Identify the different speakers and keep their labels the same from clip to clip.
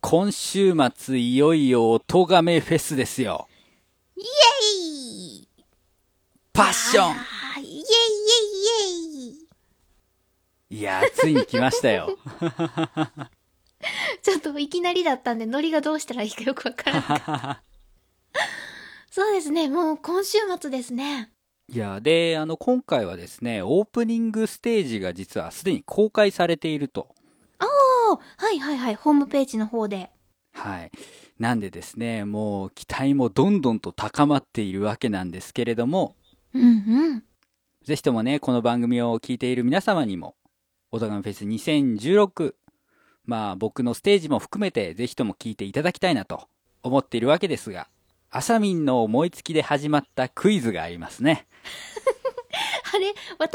Speaker 1: 今週末、いよいよ、おとがめフェスですよ。
Speaker 2: イエイ
Speaker 1: パッション
Speaker 2: あーイエイイエイイエイ
Speaker 1: いやー、ついに来ましたよ。
Speaker 2: ちょっといきなりだったんで、ノリがどうしたらいいかよくわからんか そうですね、もう今週末ですね。
Speaker 1: いやー、で、あの、今回はですね、オープニングステージが実はすでに公開されていると。
Speaker 2: おーはいはいはい、ホームページの方で。
Speaker 1: はい。なんでですね、もう期待もどんどんと高まっているわけなんですけれども、
Speaker 2: うんうん。
Speaker 1: ぜひともね、この番組を聞いている皆様にも、オトガメフェス2016、まあ僕のステージも含めて、ぜひとも聞いていただきたいなと思っているわけですが、あさみんの思いつきで始まったクイズがありますね。
Speaker 2: あれ、私の思い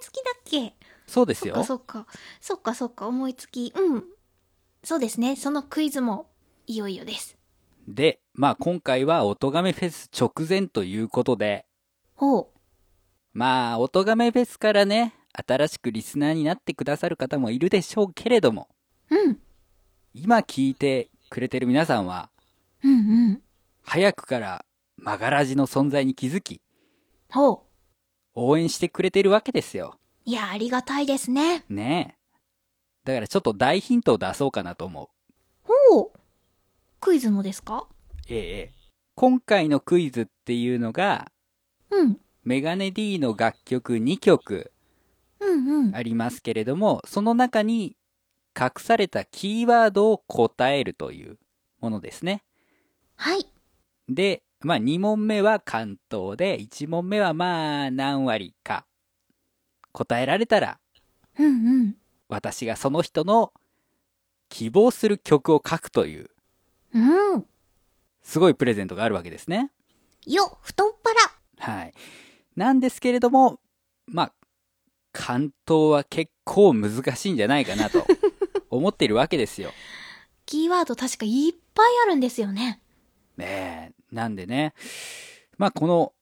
Speaker 2: つきだっけ
Speaker 1: そうです
Speaker 2: そっ
Speaker 1: よ
Speaker 2: か。そっか。そっかそっか、思いつき。うん。そうですね、そのクイズも、いよいよです。
Speaker 1: で、まあ今回はオトガメフェス直前ということで、
Speaker 2: ほう。
Speaker 1: まあ、おとがめフェスからね、新しくリスナーになってくださる方もいるでしょうけれども、
Speaker 2: うん。
Speaker 1: 今聞いてくれてる皆さんは、
Speaker 2: うんうん。
Speaker 1: 早くからマガラジの存在に気づき、
Speaker 2: ほう。
Speaker 1: 応援してくれてるわけですよ。
Speaker 2: いや、ありがたいですね。
Speaker 1: ねえ。だからちょっと大ヒントを出そうかなと思う。
Speaker 2: ほう。クイズもですか
Speaker 1: ええええ。今回のクイズっていうのが、
Speaker 2: うん。
Speaker 1: メガネ D の楽曲2曲
Speaker 2: うんうん。
Speaker 1: ありますけれども、その中に隠されたキーワードを答えるというものですね。
Speaker 2: はい。
Speaker 1: で、まあ2問目は関東で、1問目はまあ何割か。答えられたら、
Speaker 2: うんうん。
Speaker 1: 私がその人の希望する曲を書くという、
Speaker 2: うん。
Speaker 1: すごいプレゼントがあるわけですね。
Speaker 2: よ、太っ腹。
Speaker 1: はい。なんですけれども、まあ、関東は結構難しいんじゃないかなと思っているわけですよ。
Speaker 2: キーワード確かいっぱいあるんですよね。
Speaker 1: ねえ。なんでね、まあこの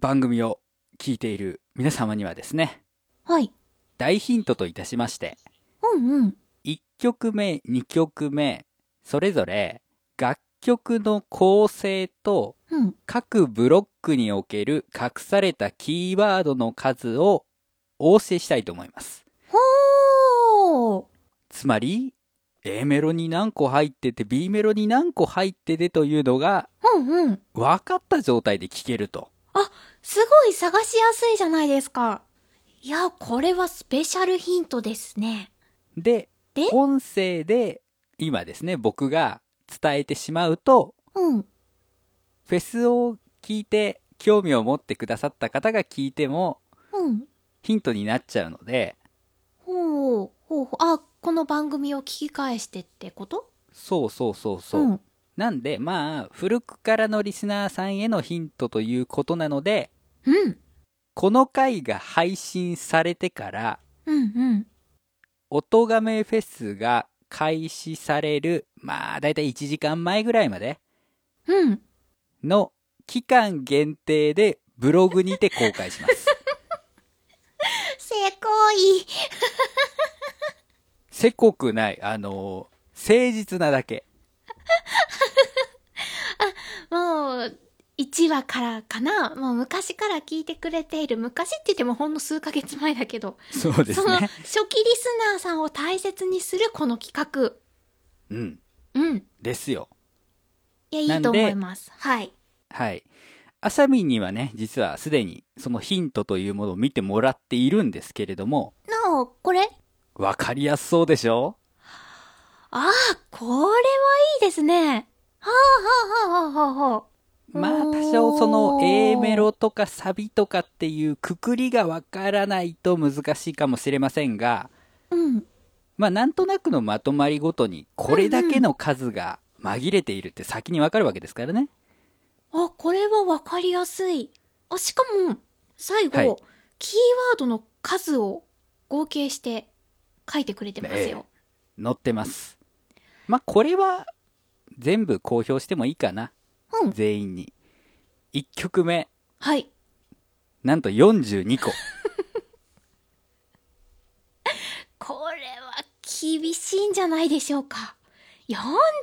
Speaker 1: 番組を聞いている皆様にはですね、
Speaker 2: はい。
Speaker 1: 大ヒントといたしまして、
Speaker 2: うんうん。
Speaker 1: 1曲目、2曲目、それぞれ楽曲の構成と
Speaker 2: うん。
Speaker 1: 各ブロックにおける隠されたキーワードの数をお教えしたいと思います。
Speaker 2: ほー。
Speaker 1: つまり、A メロに何個入ってて B メロに何個入っててというのが
Speaker 2: うんうん。
Speaker 1: 分かった状態で聴けると。
Speaker 2: すごい探しやすいじゃないですか。いや、これはスペシャルヒントですね。
Speaker 1: で、
Speaker 2: で
Speaker 1: 音声で今ですね、僕が伝えてしまうと、
Speaker 2: うん。
Speaker 1: フェスを聞いて興味を持ってくださった方が聞いても
Speaker 2: うん。
Speaker 1: ヒントになっちゃうので
Speaker 2: ほう。ほうほう。あ、この番組を聞き返してってこと
Speaker 1: そうそうそうそう、
Speaker 2: うん。
Speaker 1: なんでまあ古くからのリスナーさんへのヒントということなので
Speaker 2: うん。
Speaker 1: この回が配信されてから
Speaker 2: うんうん。
Speaker 1: 音亀フェスが開始されるまあだいたい1時間前ぐらいまで
Speaker 2: うん。
Speaker 1: の期間限定でブログにて公開します
Speaker 2: せこい。
Speaker 1: せこくないあの誠実なだけ
Speaker 2: もう、1話からかなもう昔から聞いてくれている。昔って言ってもほんの数ヶ月前だけど。
Speaker 1: そうです
Speaker 2: その、
Speaker 1: ね
Speaker 2: 初期リスナーさんを大切にするこの企
Speaker 1: うん
Speaker 2: 画。うん。
Speaker 1: ですよ
Speaker 2: いや、
Speaker 1: ないんで
Speaker 2: いと思います。はい。
Speaker 1: はい。あさみんにはね、実はすでにそのヒントというものを見てもらっているんですけれども、
Speaker 2: なお、これ
Speaker 1: わかりやすそうでしょ
Speaker 2: ああ、これはいいですね。はあはあはあはあはあ。
Speaker 1: まあ
Speaker 2: おー
Speaker 1: 多少その A メロとかサビとかっていうくくりがわからないと難しいかもしれませんが、
Speaker 2: うん。
Speaker 1: まあなんとなくのまとまりごとにこれだけの数が紛れているって先にわかるわけですからね。
Speaker 2: あ、これはわかりやすい。あ、しかも、最後、
Speaker 1: はい
Speaker 2: キーワードの数を合計して書いてくれてますよ。
Speaker 1: 載ってます。まあこれは全部公表してもいいかな。
Speaker 2: うん。
Speaker 1: 全員に。1曲目、
Speaker 2: はい。
Speaker 1: なんと42個。
Speaker 2: これは厳しいんじゃないでしょうか。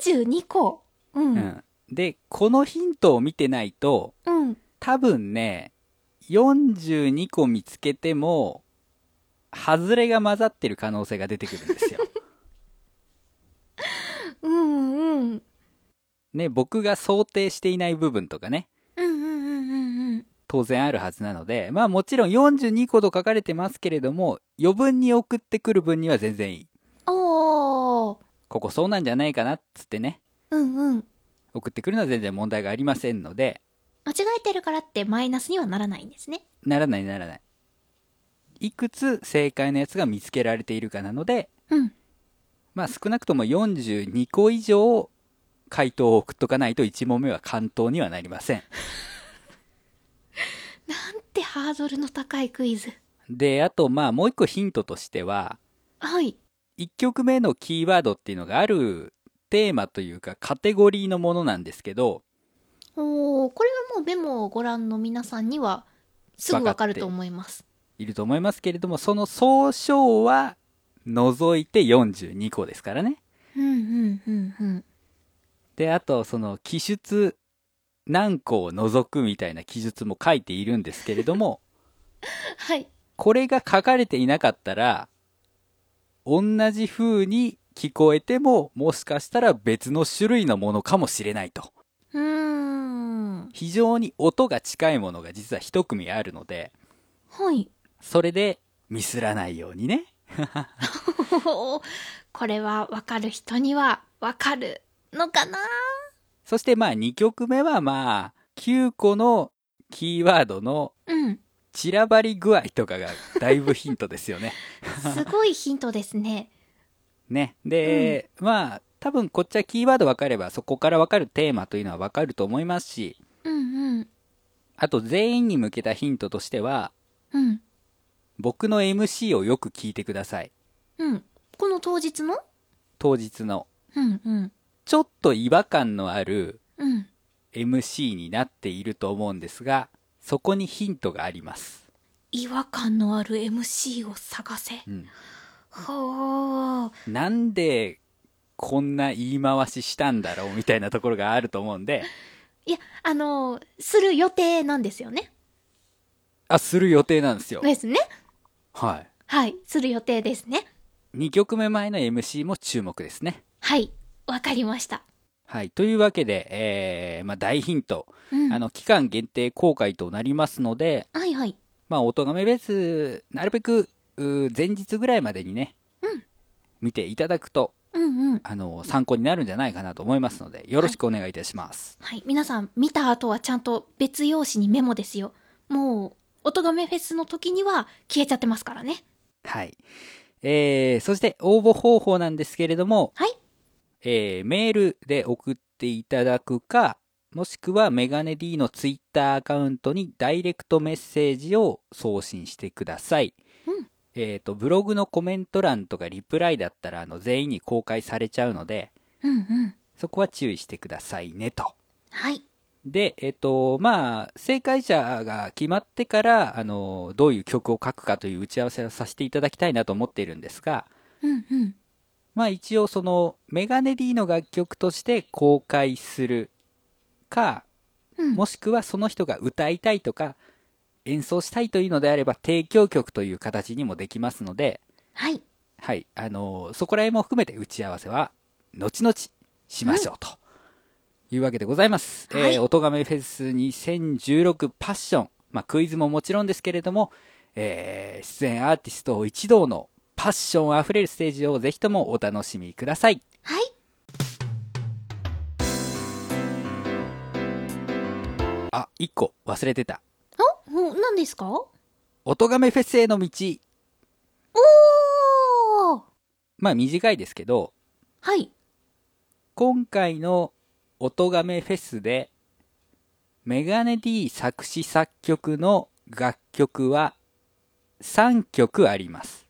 Speaker 2: 42個うん、
Speaker 1: う
Speaker 2: うん、
Speaker 1: ん。で、このヒントを見てないと、多分ね、42個見つけても、外れが混ざってる可能性が出てくるんですよ。
Speaker 2: うんうんうん
Speaker 1: ね、僕が想定していない部分とかね、
Speaker 2: うんうんうんうん
Speaker 1: 当然あるはずなので、まあもちろん42個と書かれてますけれども、余分に送ってくる分には全然いい。
Speaker 2: おー
Speaker 1: ここそうなんじゃないかなっつってね、
Speaker 2: うんうん
Speaker 1: 送ってくるのは全然問題がありませんので、
Speaker 2: 間違えてるからってマイナスにはならないんですね
Speaker 1: ならないならない。いくつ正解のやつが見つけられているかなので、
Speaker 2: うん
Speaker 1: まあ少なくとも42個以上回答を送っとかないと1問目は完答にはなりません。
Speaker 2: なんてハードルの高いクイズ
Speaker 1: で、あとまあもう一個ヒントとしては、
Speaker 2: はい
Speaker 1: 1曲目のキーワードっていうのがあるテーマというかカテゴリーのものなんですけど、
Speaker 2: おーこれはもうメモをご覧の皆さんにはすぐわかると思います
Speaker 1: いると思いますけれども、その総称は除いて42個ですからね。
Speaker 2: うんうんうんうん
Speaker 1: で、あとその記述何個を除くみたいな記述も書いているんですけれども、
Speaker 2: はい
Speaker 1: これが書かれていなかったら、同じ風に聞こえても、もしかしたら別の種類のものかもしれないと。
Speaker 2: うーん
Speaker 1: 非常に音が近いものが実は一組あるので、
Speaker 2: はい
Speaker 1: それでミスらないようにね。
Speaker 2: おー これはわかる人にはわかるのかな
Speaker 1: そしてまあ2曲目はまあ、9個のキーワードの
Speaker 2: うん
Speaker 1: 散らばり具合とかがだいぶヒントですよね。
Speaker 2: すごいヒントですね
Speaker 1: ね。で、まあ、多分こっちはキーワード分かればそこから分かるテーマというのは分かると思いますし、
Speaker 2: うんうん
Speaker 1: あと全員に向けたヒントとしては、
Speaker 2: うん
Speaker 1: 僕の MC をよく聞いてください。
Speaker 2: うんこの当日の
Speaker 1: 当日の。
Speaker 2: うんうん
Speaker 1: ちょっと違和感のある
Speaker 2: うん
Speaker 1: MC になっていると思うんですが、そこにヒントがあります。
Speaker 2: 違和感のある MC を探せ
Speaker 1: うん。
Speaker 2: ほう
Speaker 1: なんで、こんな言い回ししたんだろうみたいなところがあると思うんで、
Speaker 2: いやあのする予定なんですよね
Speaker 1: あ、する予定なんですよ。
Speaker 2: ですね
Speaker 1: は
Speaker 2: はいする予定ですね
Speaker 1: い。2曲目前の MC も注目ですね。
Speaker 2: はいわかりました
Speaker 1: はい。というわけで、えー、まあ大ヒント。
Speaker 2: うん
Speaker 1: あの、期間限定公開となりますので、
Speaker 2: はいはい
Speaker 1: まあ、お咎めベース、なるべく、うー前日ぐらいまでにね、
Speaker 2: うん
Speaker 1: 見ていただくと、
Speaker 2: うんうん
Speaker 1: あの、参考になるんじゃないかなと思いますので、よろしくお願いいたします。
Speaker 2: はい皆さん見た後はちゃんと別用紙にメモですよもうおとがめフェスの時には消えちゃってますからね
Speaker 1: はい。えー、そして応募方法なんですけれども、
Speaker 2: はい
Speaker 1: えー、メールで送っていただくか、もしくはメガネ D のツイッターアカウントにダイレクトメッセージを送信してください。
Speaker 2: うん
Speaker 1: えっ、と、ブログのコメント欄とかリプライだったら、あの、全員に公開されちゃうので、
Speaker 2: うんうん
Speaker 1: そこは注意してくださいねと。
Speaker 2: はい
Speaker 1: で、えっと、まあ、正解者が決まってから、あの、どういう曲を書くかという打ち合わせをさせていただきたいなと思っているんですが、
Speaker 2: うんうん
Speaker 1: まあ一応その、メガネ D の楽曲として公開するか、
Speaker 2: うん
Speaker 1: もしくはその人が歌いたいとか、演奏したいというのであれば提供曲という形にもできますので、
Speaker 2: はい
Speaker 1: はい、あのそこら辺も含めて打ち合わせは後々しましょうというわけでございます。
Speaker 2: は
Speaker 1: え
Speaker 2: い
Speaker 1: ー、おとがめフェス2016パッション、まあ、クイズももちろんですけれども、えー出演アーティスト一同のパッションあふれるステージをぜひともお楽しみください。
Speaker 2: はい
Speaker 1: あ、一個忘れてた。
Speaker 2: おもう何ですかお
Speaker 1: おとがめフェスへの道。
Speaker 2: ー
Speaker 1: まあ短いですけど、
Speaker 2: はい
Speaker 1: 今回のおとがめフェスでメガネ D 作詞作曲の楽曲は3曲あります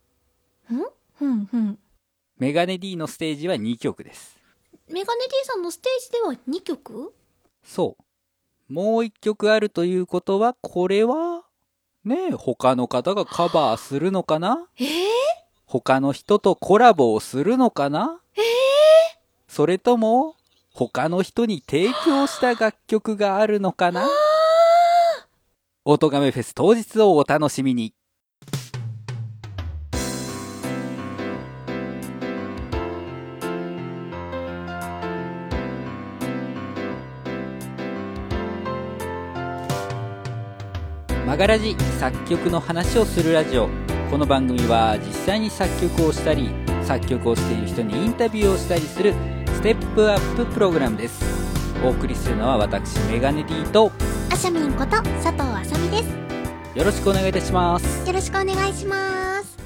Speaker 2: うんうん
Speaker 1: メガネ D のステージは2曲です
Speaker 2: メガネ D さんのステージでは2曲
Speaker 1: そうもう1曲あるということはこれはねえ他の方がカバーするのかな
Speaker 2: ええ
Speaker 1: 他の人とコラボをするのかなそれとも、他の人に提供した楽曲があるのかなオトガメフェス当日をお楽しみに。マガラジ作曲の話をするラジオこの番組は実際に作曲をしたり作曲をしている人にインタビューをしたりするステップアッププログラムですお送りするのは私メガネ D と
Speaker 2: あしゃみんこと佐藤あさみです。
Speaker 1: よろしくお願いいたします
Speaker 2: よろしくお願いします。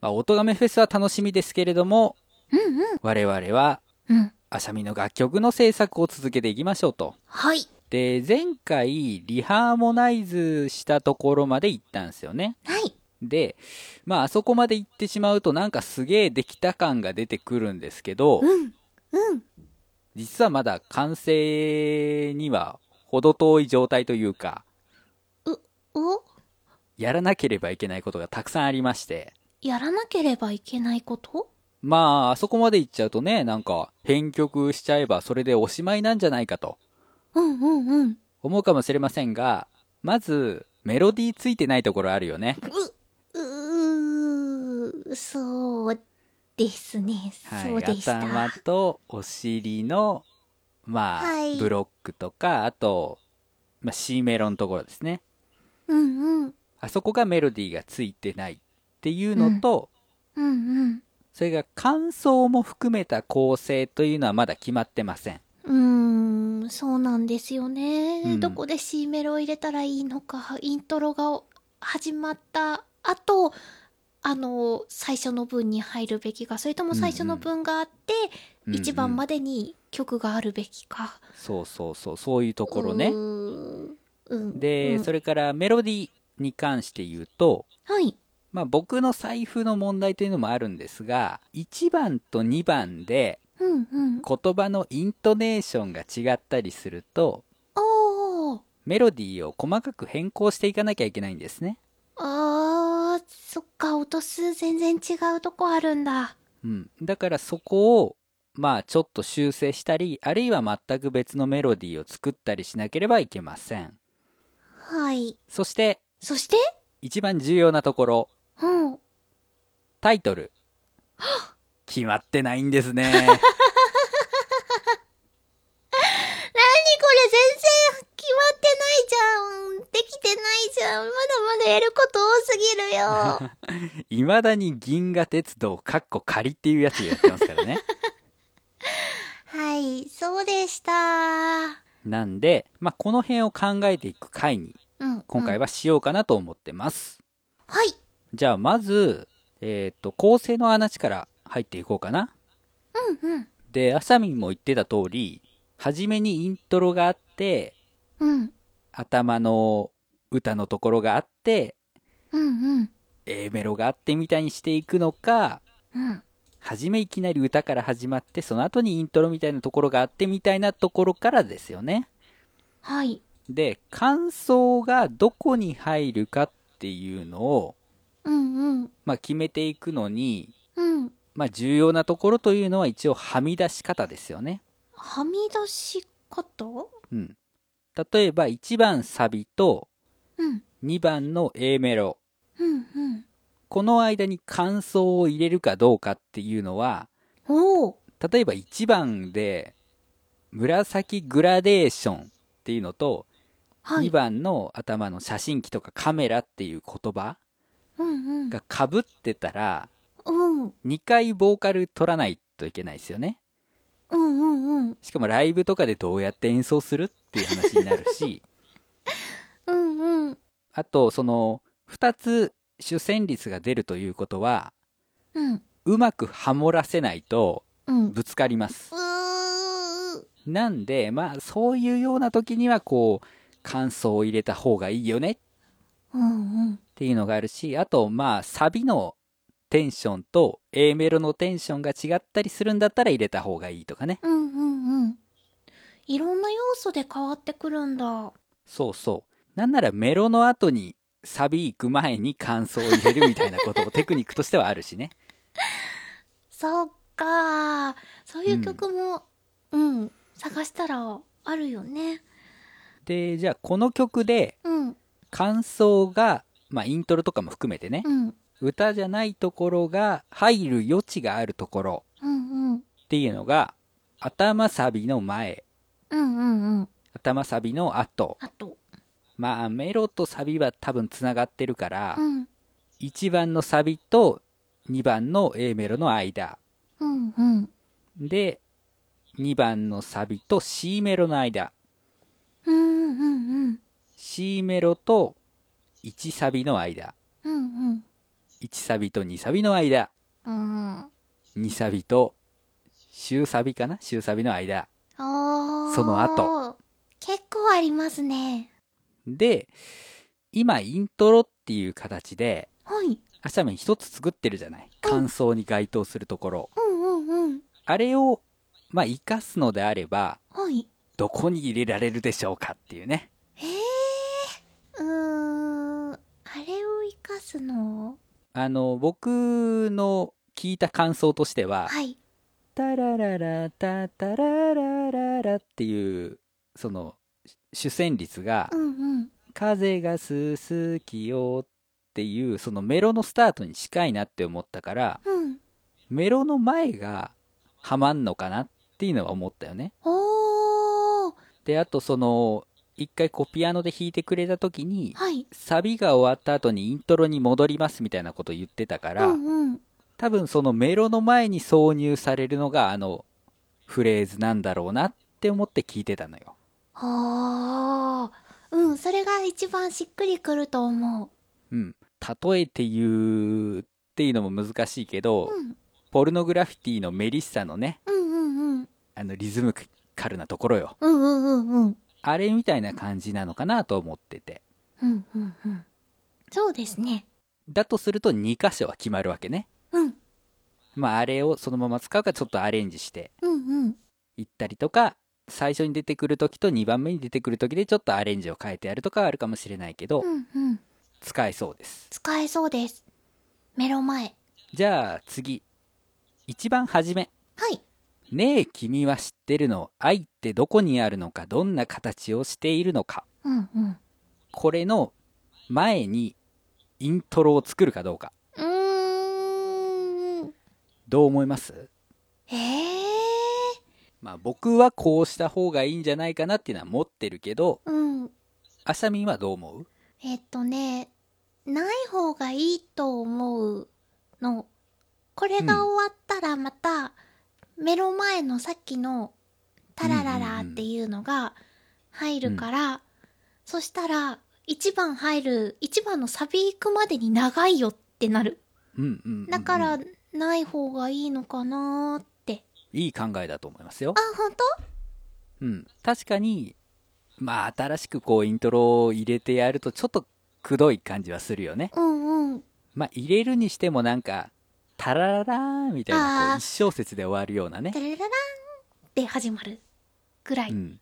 Speaker 1: まあ、音亀フェスは楽しみですけれども
Speaker 2: うんうん。
Speaker 1: 我々は
Speaker 2: うん。
Speaker 1: あしゃみの楽曲の制作を続けていきましょうと
Speaker 2: はい。
Speaker 1: で前回リハーモナイズしたところまで行ったんですよね
Speaker 2: はい。
Speaker 1: で、まあ、あそこまで行ってしまうと、なんかすげえできた感が出てくるんですけど、
Speaker 2: うん。うん。
Speaker 1: 実はまだ完成には程遠い状態というか、
Speaker 2: お
Speaker 1: やらなければいけないことがたくさんありまして、
Speaker 2: やらなければいけないこと
Speaker 1: まあ、あそこまで行っちゃうとね、なんか編曲しちゃえばそれでおしまいなんじゃないかと
Speaker 2: うんうんうん。
Speaker 1: 思うかもしれませんが、まず、メロディーついてないところあるよね。
Speaker 2: う、うー、そうですね。
Speaker 1: は
Speaker 2: そう
Speaker 1: い、
Speaker 2: でした。
Speaker 1: 頭とお尻の、まあ、
Speaker 2: はい
Speaker 1: ブロックとか、あと、まあ、C メロのところですね。
Speaker 2: うんうん。
Speaker 1: あそこがメロディーがついてないっていうのと、
Speaker 2: うんうん。
Speaker 1: それが感想も含めた構成というのはまだ決まってません。
Speaker 2: うーん、そうなんですよね。
Speaker 1: うん
Speaker 2: どこで C メロを入れたらいいのか、イントロが始まった後、あの、最初の文に入るべきか、それとも最初の文があって、
Speaker 1: うんうん
Speaker 2: 一番までに曲があるべきか。
Speaker 1: そうそうそう、そういうところね
Speaker 2: う。ーん。うん、
Speaker 1: で、
Speaker 2: うん
Speaker 1: それからメロディーに関して言うと、
Speaker 2: はい。
Speaker 1: まあ僕の財布の問題というのもあるんですが、1番と2番で
Speaker 2: うんうん。
Speaker 1: 言葉のイントネーションが違ったりすると、
Speaker 2: おー。
Speaker 1: メロディーを細かく変更していかなきゃいけないんですね。
Speaker 2: あー、そっか、音数全然違うとこあるんだ。
Speaker 1: うん、だからそこをまあちょっと修正したりあるいは全く別のメロディーを作ったりしなければいけません
Speaker 2: はい。
Speaker 1: そして
Speaker 2: そして
Speaker 1: 一番重要なところ
Speaker 2: うん。
Speaker 1: タイトル決まってないんですね
Speaker 2: なにこれ全然決まってないじゃん。できてないじゃん。まだまだやること多すぎるよ。
Speaker 1: いまだに「銀河鉄道」かっこ仮っていうやつやってますからね
Speaker 2: はい、そうでした。
Speaker 1: なんで、まあ、この辺を考えていく回に
Speaker 2: うん。
Speaker 1: 今回
Speaker 2: は、
Speaker 1: はしようかなと思ってます、
Speaker 2: はい。
Speaker 1: じゃあまず、えー、と構成の話から入っていこうかな
Speaker 2: うんうん。
Speaker 1: で、あさみんも言ってた通り、初めにイントロがあって、
Speaker 2: うん。
Speaker 1: 頭の歌のところがあって、
Speaker 2: うんうん。
Speaker 1: A メロがあってみたいにしていくのか、
Speaker 2: うん。
Speaker 1: 初めいきなり歌から始まって、その後にイントロみたいなところがあってみたいなところからですよね。
Speaker 2: はい。
Speaker 1: で、感想がどこに入るかっていうのを、
Speaker 2: うんうん。
Speaker 1: まあ、決めていくのに、
Speaker 2: うん。
Speaker 1: まあ、重要なところというのは一応はみ出し方ですよね。
Speaker 2: はみ出し方
Speaker 1: うん。例えば1番サビと
Speaker 2: うん。
Speaker 1: 2番の A メロ、
Speaker 2: うんうん。
Speaker 1: この間に感想を入れるかどうかっていうのは、
Speaker 2: おー。
Speaker 1: 例えば1番で、紫グラデーションっていうのと、
Speaker 2: はい。
Speaker 1: 2番の頭の写真機とかカメラっていう言葉
Speaker 2: うんうん。
Speaker 1: が被ってたら、
Speaker 2: うん。
Speaker 1: 2回ボーカル取らないといけないですよね。
Speaker 2: うんうんうん。
Speaker 1: しかもライブとかでどうやって演奏するっていう話になる し、
Speaker 2: うんうん。
Speaker 1: あと、その、2つ主旋律が出るということは、
Speaker 2: うん。
Speaker 1: うまくハモらせないと
Speaker 2: うん。
Speaker 1: ぶつかります。
Speaker 2: うー。
Speaker 1: なんで、まあ、そういうような時には、こう、感想を入れた方がいいよねっ
Speaker 2: うんうん。
Speaker 1: ていうのがあるし、あと、まあ、サビのテンションと A メロのテンションが違ったりするんだったら入れた方がいいとかね。
Speaker 2: うんうんうん。いろんな要素で変わってくるんだ。
Speaker 1: そうそう。なんならメロの後にサビ行く前に感想を入れるみたいなこともテクニックとしてはあるしね。
Speaker 2: そっかそういう曲もうん、探したらあるよね
Speaker 1: で、じゃあこの曲で
Speaker 2: うん
Speaker 1: 感想が、まあイントロとかも含めてね
Speaker 2: う、ん
Speaker 1: 歌じゃないところが入る余地があるところ
Speaker 2: うんうん
Speaker 1: っていうのが、頭サビの前、
Speaker 2: うんうんうん
Speaker 1: 頭サビの後、
Speaker 2: あと
Speaker 1: まあメロとサビは多分つながってるから、
Speaker 2: うん
Speaker 1: 1番のサビと2番の A メロの間
Speaker 2: うんうん
Speaker 1: で2番のサビと C メロの間
Speaker 2: うんうんうん
Speaker 1: C メロと1サビの間
Speaker 2: うん
Speaker 1: 1サビと2サビの間
Speaker 2: うんうん
Speaker 1: 2サビと終サビかな終サビの間
Speaker 2: あー
Speaker 1: その後
Speaker 2: 結構ありますね
Speaker 1: で今イントロっていう形で
Speaker 2: はい
Speaker 1: アシャメン一つ作ってるじゃない感想に該当するところ
Speaker 2: うんうんうん
Speaker 1: あれをまあ生かすのであれば
Speaker 2: はい
Speaker 1: どこに入れられるでしょうかっていうね
Speaker 2: えー、うーんあれを生かすの
Speaker 1: あの僕の聞いた感想としては
Speaker 2: はい
Speaker 1: 「タラララタタララララ」っていうその主旋律が
Speaker 2: うんうん
Speaker 1: 「風がすすきよ」っていうそのメロのスタートに近いなって思ったから
Speaker 2: うん
Speaker 1: メロの前がハマんのかなっていうのは思ったよね。
Speaker 2: おー
Speaker 1: であとその一回こうピアノで弾いてくれた時に
Speaker 2: はい
Speaker 1: サビが終わった後にイントロに戻りますみたいなこと言ってたから。
Speaker 2: うんうん
Speaker 1: 多分そのメロの前に挿入されるのがあのフレーズなんだろうなって思って聞いてたのよ
Speaker 2: あーうんそれが一番しっくりくると思う
Speaker 1: うん例えて言うっていうのも難しいけど、
Speaker 2: うん
Speaker 1: ポルノグラフィティのメリッサのね
Speaker 2: うんうん
Speaker 1: あのリズムカルなところよ
Speaker 2: うんうんうんうんうん
Speaker 1: あれみたいな感じなのかなと思ってて
Speaker 2: うんうんうんそうですね
Speaker 1: だとすると2箇所は決まるわけね
Speaker 2: うん
Speaker 1: まああれをそのまま使うかちょっとアレンジして
Speaker 2: うんうん
Speaker 1: いったりとか最初に出てくる時と2番目に出てくる時でちょっとアレンジを変えてやるとかはあるかもしれないけど、
Speaker 2: うんうん
Speaker 1: 使えそうです
Speaker 2: 使えそうですメロ前
Speaker 1: じゃあ次。一番初め。
Speaker 2: はい
Speaker 1: ねえ君は知ってるの。愛ってどこにあるのか、どんな形をしているのか。
Speaker 2: うんうん
Speaker 1: これの前にイントロを作るかどうか。
Speaker 2: うーん
Speaker 1: どう思います
Speaker 2: ええ
Speaker 1: まあ僕はこうした方がいいんじゃないかなっていうのは持ってるけど、
Speaker 2: ー、うん
Speaker 1: あさみんはどう思う
Speaker 2: えっとねない方がいいと思うのこれが終わったらまた、目の前のさっきの「タラララ」っていうのが入るから、そしたら1番入る1番のサビ行くまでに長いよってなる
Speaker 1: うんうんうんうん
Speaker 2: だからない方がいいのかなーって
Speaker 1: いい考えだと思いますよ
Speaker 2: あ。本
Speaker 1: うん。確かに、まあ新しくこうイントロを入れてやるとちょっとくどい感じはするよね。
Speaker 2: 当うんうん
Speaker 1: まあ、入れるにしてもなんか、タラララーンみたいな、こ
Speaker 2: あー
Speaker 1: う、一小節で終わるような
Speaker 2: 「タ
Speaker 1: ね。
Speaker 2: ラララン」で始まるぐらい、
Speaker 1: うん。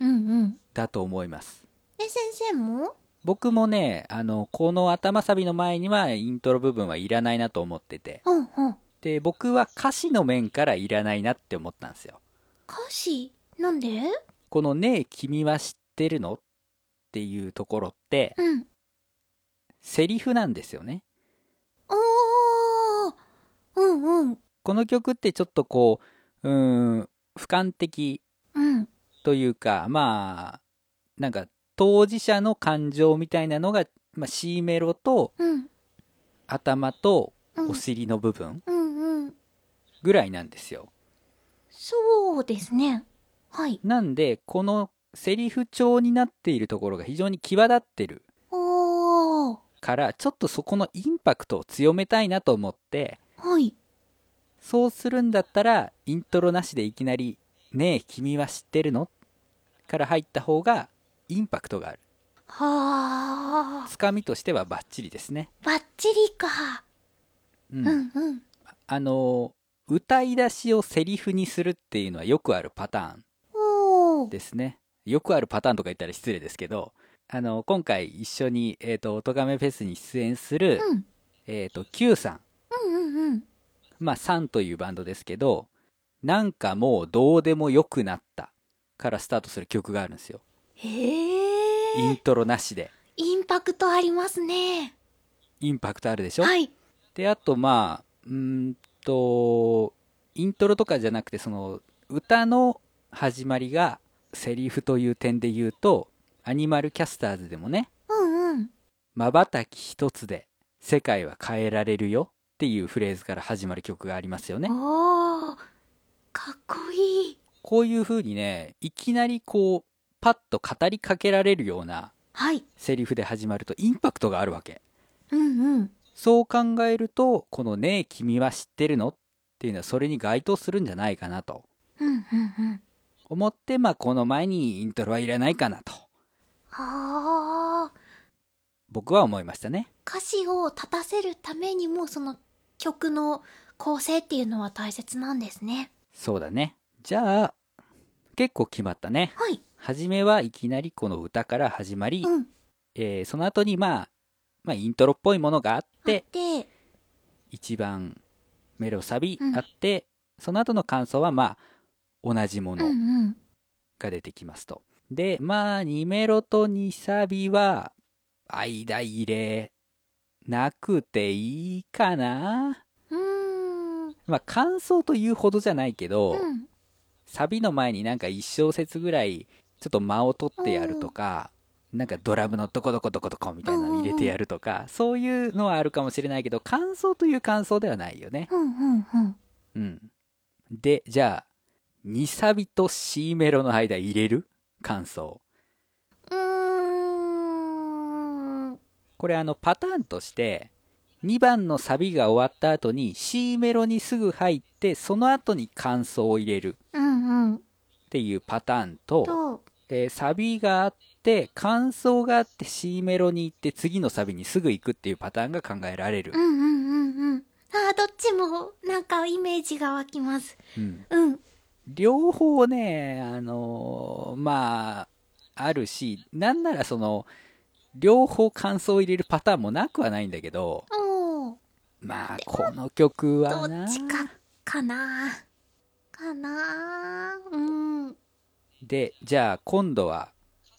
Speaker 2: うんうん
Speaker 1: だと思います。
Speaker 2: で先生も
Speaker 1: 僕もね、あの、この頭サビの前には、イントロ部分はいらないなと思ってて。
Speaker 2: うんうん
Speaker 1: で、僕は歌詞の面からいらないなって思ったんですよ。
Speaker 2: 歌詞なんで
Speaker 1: このねえ、君は知ってるのっていうところって、
Speaker 2: うん。
Speaker 1: セリフなんですよね。
Speaker 2: おーうんうん。
Speaker 1: この曲ってちょっとこう、うーん、俯瞰的
Speaker 2: うん。
Speaker 1: というかまあなんか当事者の感情みたいなのが、まあ、C メロと
Speaker 2: うん。
Speaker 1: 頭と
Speaker 2: うん
Speaker 1: お尻の部分
Speaker 2: うんうん。
Speaker 1: ぐらいなんですよ。
Speaker 2: そうですね。はい。
Speaker 1: なんでこのセリフ調になっているところが非常に際立ってる
Speaker 2: おー
Speaker 1: からちょっとそこのインパクトを強めたいなと思って
Speaker 2: はい。
Speaker 1: そうするんだったらイントロなしでいきなり「ねえ君は知ってるの?」から入った方がインパクトがある
Speaker 2: は
Speaker 1: つかみとしてはバッチリですね。
Speaker 2: ー。ばっちりか。
Speaker 1: うん
Speaker 2: うんうん。
Speaker 1: あの歌い出しをセリフにするっていうのはよくあるパターン
Speaker 2: おー。
Speaker 1: ですねよくあるパターンとか言ったら失礼ですけどあの今回一緒に「えー、と音亀フェス」に出演する、
Speaker 2: うん。
Speaker 1: えー、と Q さん
Speaker 2: うんうんうん。
Speaker 1: まあ、サンというバンドですけど、なんかもうどうでもよくなったからスタートする曲があるんですよ。イ
Speaker 2: へ
Speaker 1: ン
Speaker 2: え。
Speaker 1: トロなしで。
Speaker 2: インパクトありますね。
Speaker 1: インパクトあるでしょ、
Speaker 2: はい。
Speaker 1: で、あとまあ、うーんと、イントロとかじゃなくて、その、歌の始まりが、セリフという点で言うと、アニマルキャスターズでもね、
Speaker 2: うんうん。
Speaker 1: 瞬き一つで世界は変えられるよっていうフレーズから始まる曲がありますよね。
Speaker 2: おー。かっこいい。
Speaker 1: こういう風にね、いきなりこう、パッと語りかけられるような
Speaker 2: はい。
Speaker 1: セリフで始まるとインパクトがあるわけ。
Speaker 2: うんうん。
Speaker 1: そう考えると、このねえ君は知ってるのっていうのはそれに該当するんじゃないかなと
Speaker 2: うんうんうん。
Speaker 1: 思って、まあこの前にイントロはいらないかなと
Speaker 2: あー。
Speaker 1: 僕は思いましたね。
Speaker 2: 歌詞を立たせるためにもその曲の構成っていうのは大切なんですね。
Speaker 1: そうだね。じゃあ、結構決まったね。
Speaker 2: はい。
Speaker 1: 初めはいきなりこの歌から始まり、
Speaker 2: うん。
Speaker 1: えーその後にまあ、まあイントロっぽいものがあって、
Speaker 2: で、
Speaker 1: 一番メロサビ
Speaker 2: うん
Speaker 1: あって、その後の感想はまあ、同じも
Speaker 2: うんう
Speaker 1: の
Speaker 2: ん。
Speaker 1: が出てきますと。で、まあ、2メロと2サビは、間入れなくていいかな。
Speaker 2: うーん。
Speaker 1: まあ、感想というほどじゃないけど、
Speaker 2: うん。
Speaker 1: サビの前になんか一小節ぐらいちょっと間を取ってやるとか、なんかドラムのどこどこどこどこみたいなの入れてやるとか、そういうのはあるかもしれないけど感想という感想ではないよね
Speaker 2: うんうんうん。
Speaker 1: うんでじゃあ2サビと C メロの間入れる感想
Speaker 2: うーん。
Speaker 1: これあのパターンとして2番のサビが終わった後に C メロにすぐ入ってその後に感想を入れる
Speaker 2: うんうん。
Speaker 1: っていうパターンと
Speaker 2: と、
Speaker 1: えーサビがあって感想があって C メロに行って次のサビにすぐ行くっていうパターンが考えられる
Speaker 2: うん、うんうんうん。ああ、どっちもなんかイメージが湧きます。
Speaker 1: うん
Speaker 2: うん。
Speaker 1: 両方ねあのーまああるしなんならその両方感想を入れるパターンもなくはないんだけど
Speaker 2: おー。
Speaker 1: まあこの曲
Speaker 2: ど
Speaker 1: はな
Speaker 2: っちか、かなかなうん。
Speaker 1: でじゃあ今度は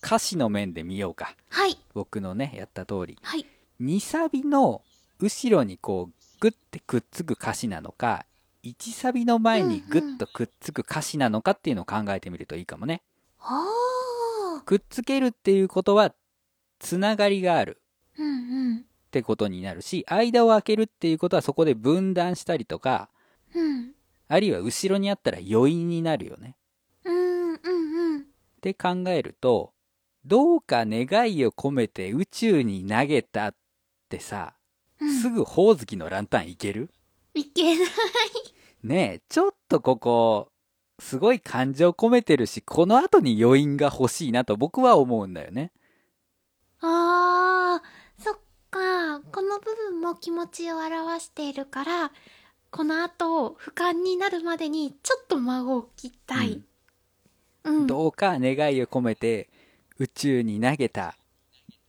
Speaker 1: 歌詞の面で見ようか
Speaker 2: はい。
Speaker 1: 僕のねやった通り
Speaker 2: はい。
Speaker 1: 2サビの後ろにこうグッてくっつく歌詞なのか1サビの前にグッとくっつく歌詞なのかっていうのを考えてみるといいかもね
Speaker 2: ああ。
Speaker 1: くっつけるっていうことはつながりがある
Speaker 2: うんうん。
Speaker 1: ってことになるし間を空けるっていうことはそこで分断したりとか
Speaker 2: うん。
Speaker 1: あるいは後ろにあったら余韻になるよね
Speaker 2: うんうんうん。
Speaker 1: って考えるとどうか願いを込めて宇宙に投げたってさ、
Speaker 2: うん
Speaker 1: すぐほおずきのランタンいける
Speaker 2: いけない。
Speaker 1: ねえ、ちょっとここ、すごい感情込めてるし、この後に余韻が欲しいなと僕は思うんだよね。
Speaker 2: ああ、そっか。この部分も気持ちを表しているから、この後、俯瞰になるまでに、ちょっと孫を切りたい。うん。
Speaker 1: どうか願いを込めて宇宙に投げた。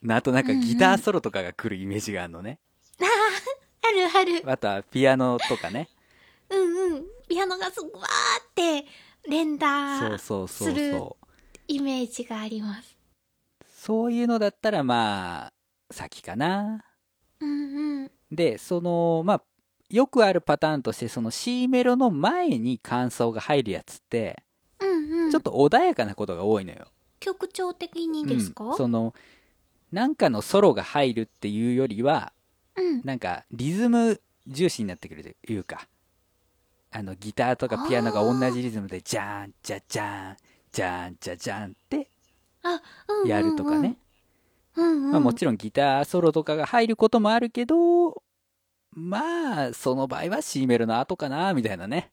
Speaker 1: あとなんかギターソロとかが来るイメージがあるのね。
Speaker 2: あ あ、あるある。
Speaker 1: あとはピアノとかね。
Speaker 2: うんうん。ピアノがすぐわーって、
Speaker 1: そ
Speaker 2: 連
Speaker 1: う
Speaker 2: 打
Speaker 1: そうそう
Speaker 2: する
Speaker 1: そう。
Speaker 2: イメージがあります。
Speaker 1: そういうのだったらまあ、先かな。
Speaker 2: うんうん。
Speaker 1: で、その、まあ、よくあるパターンとして、その C メロの前に感想が入るやつって、
Speaker 2: うんうん。
Speaker 1: ちょっと穏やかなことが多いのよ。
Speaker 2: 曲調的にですか、
Speaker 1: うんそのなんかのソロが入るっていうよりは
Speaker 2: うん。
Speaker 1: なんかリズム重視になってくるというかあのギターとかピアノが同じリズムでジャーンジャジャーンジャーンジャジャーンって
Speaker 2: あ、うんうん、うん。
Speaker 1: やるとかね、。
Speaker 2: うん、うん。
Speaker 1: まあ、もちろんギターソロとかが入ることもあるけどまあその場合は C メロの後かなみたいなね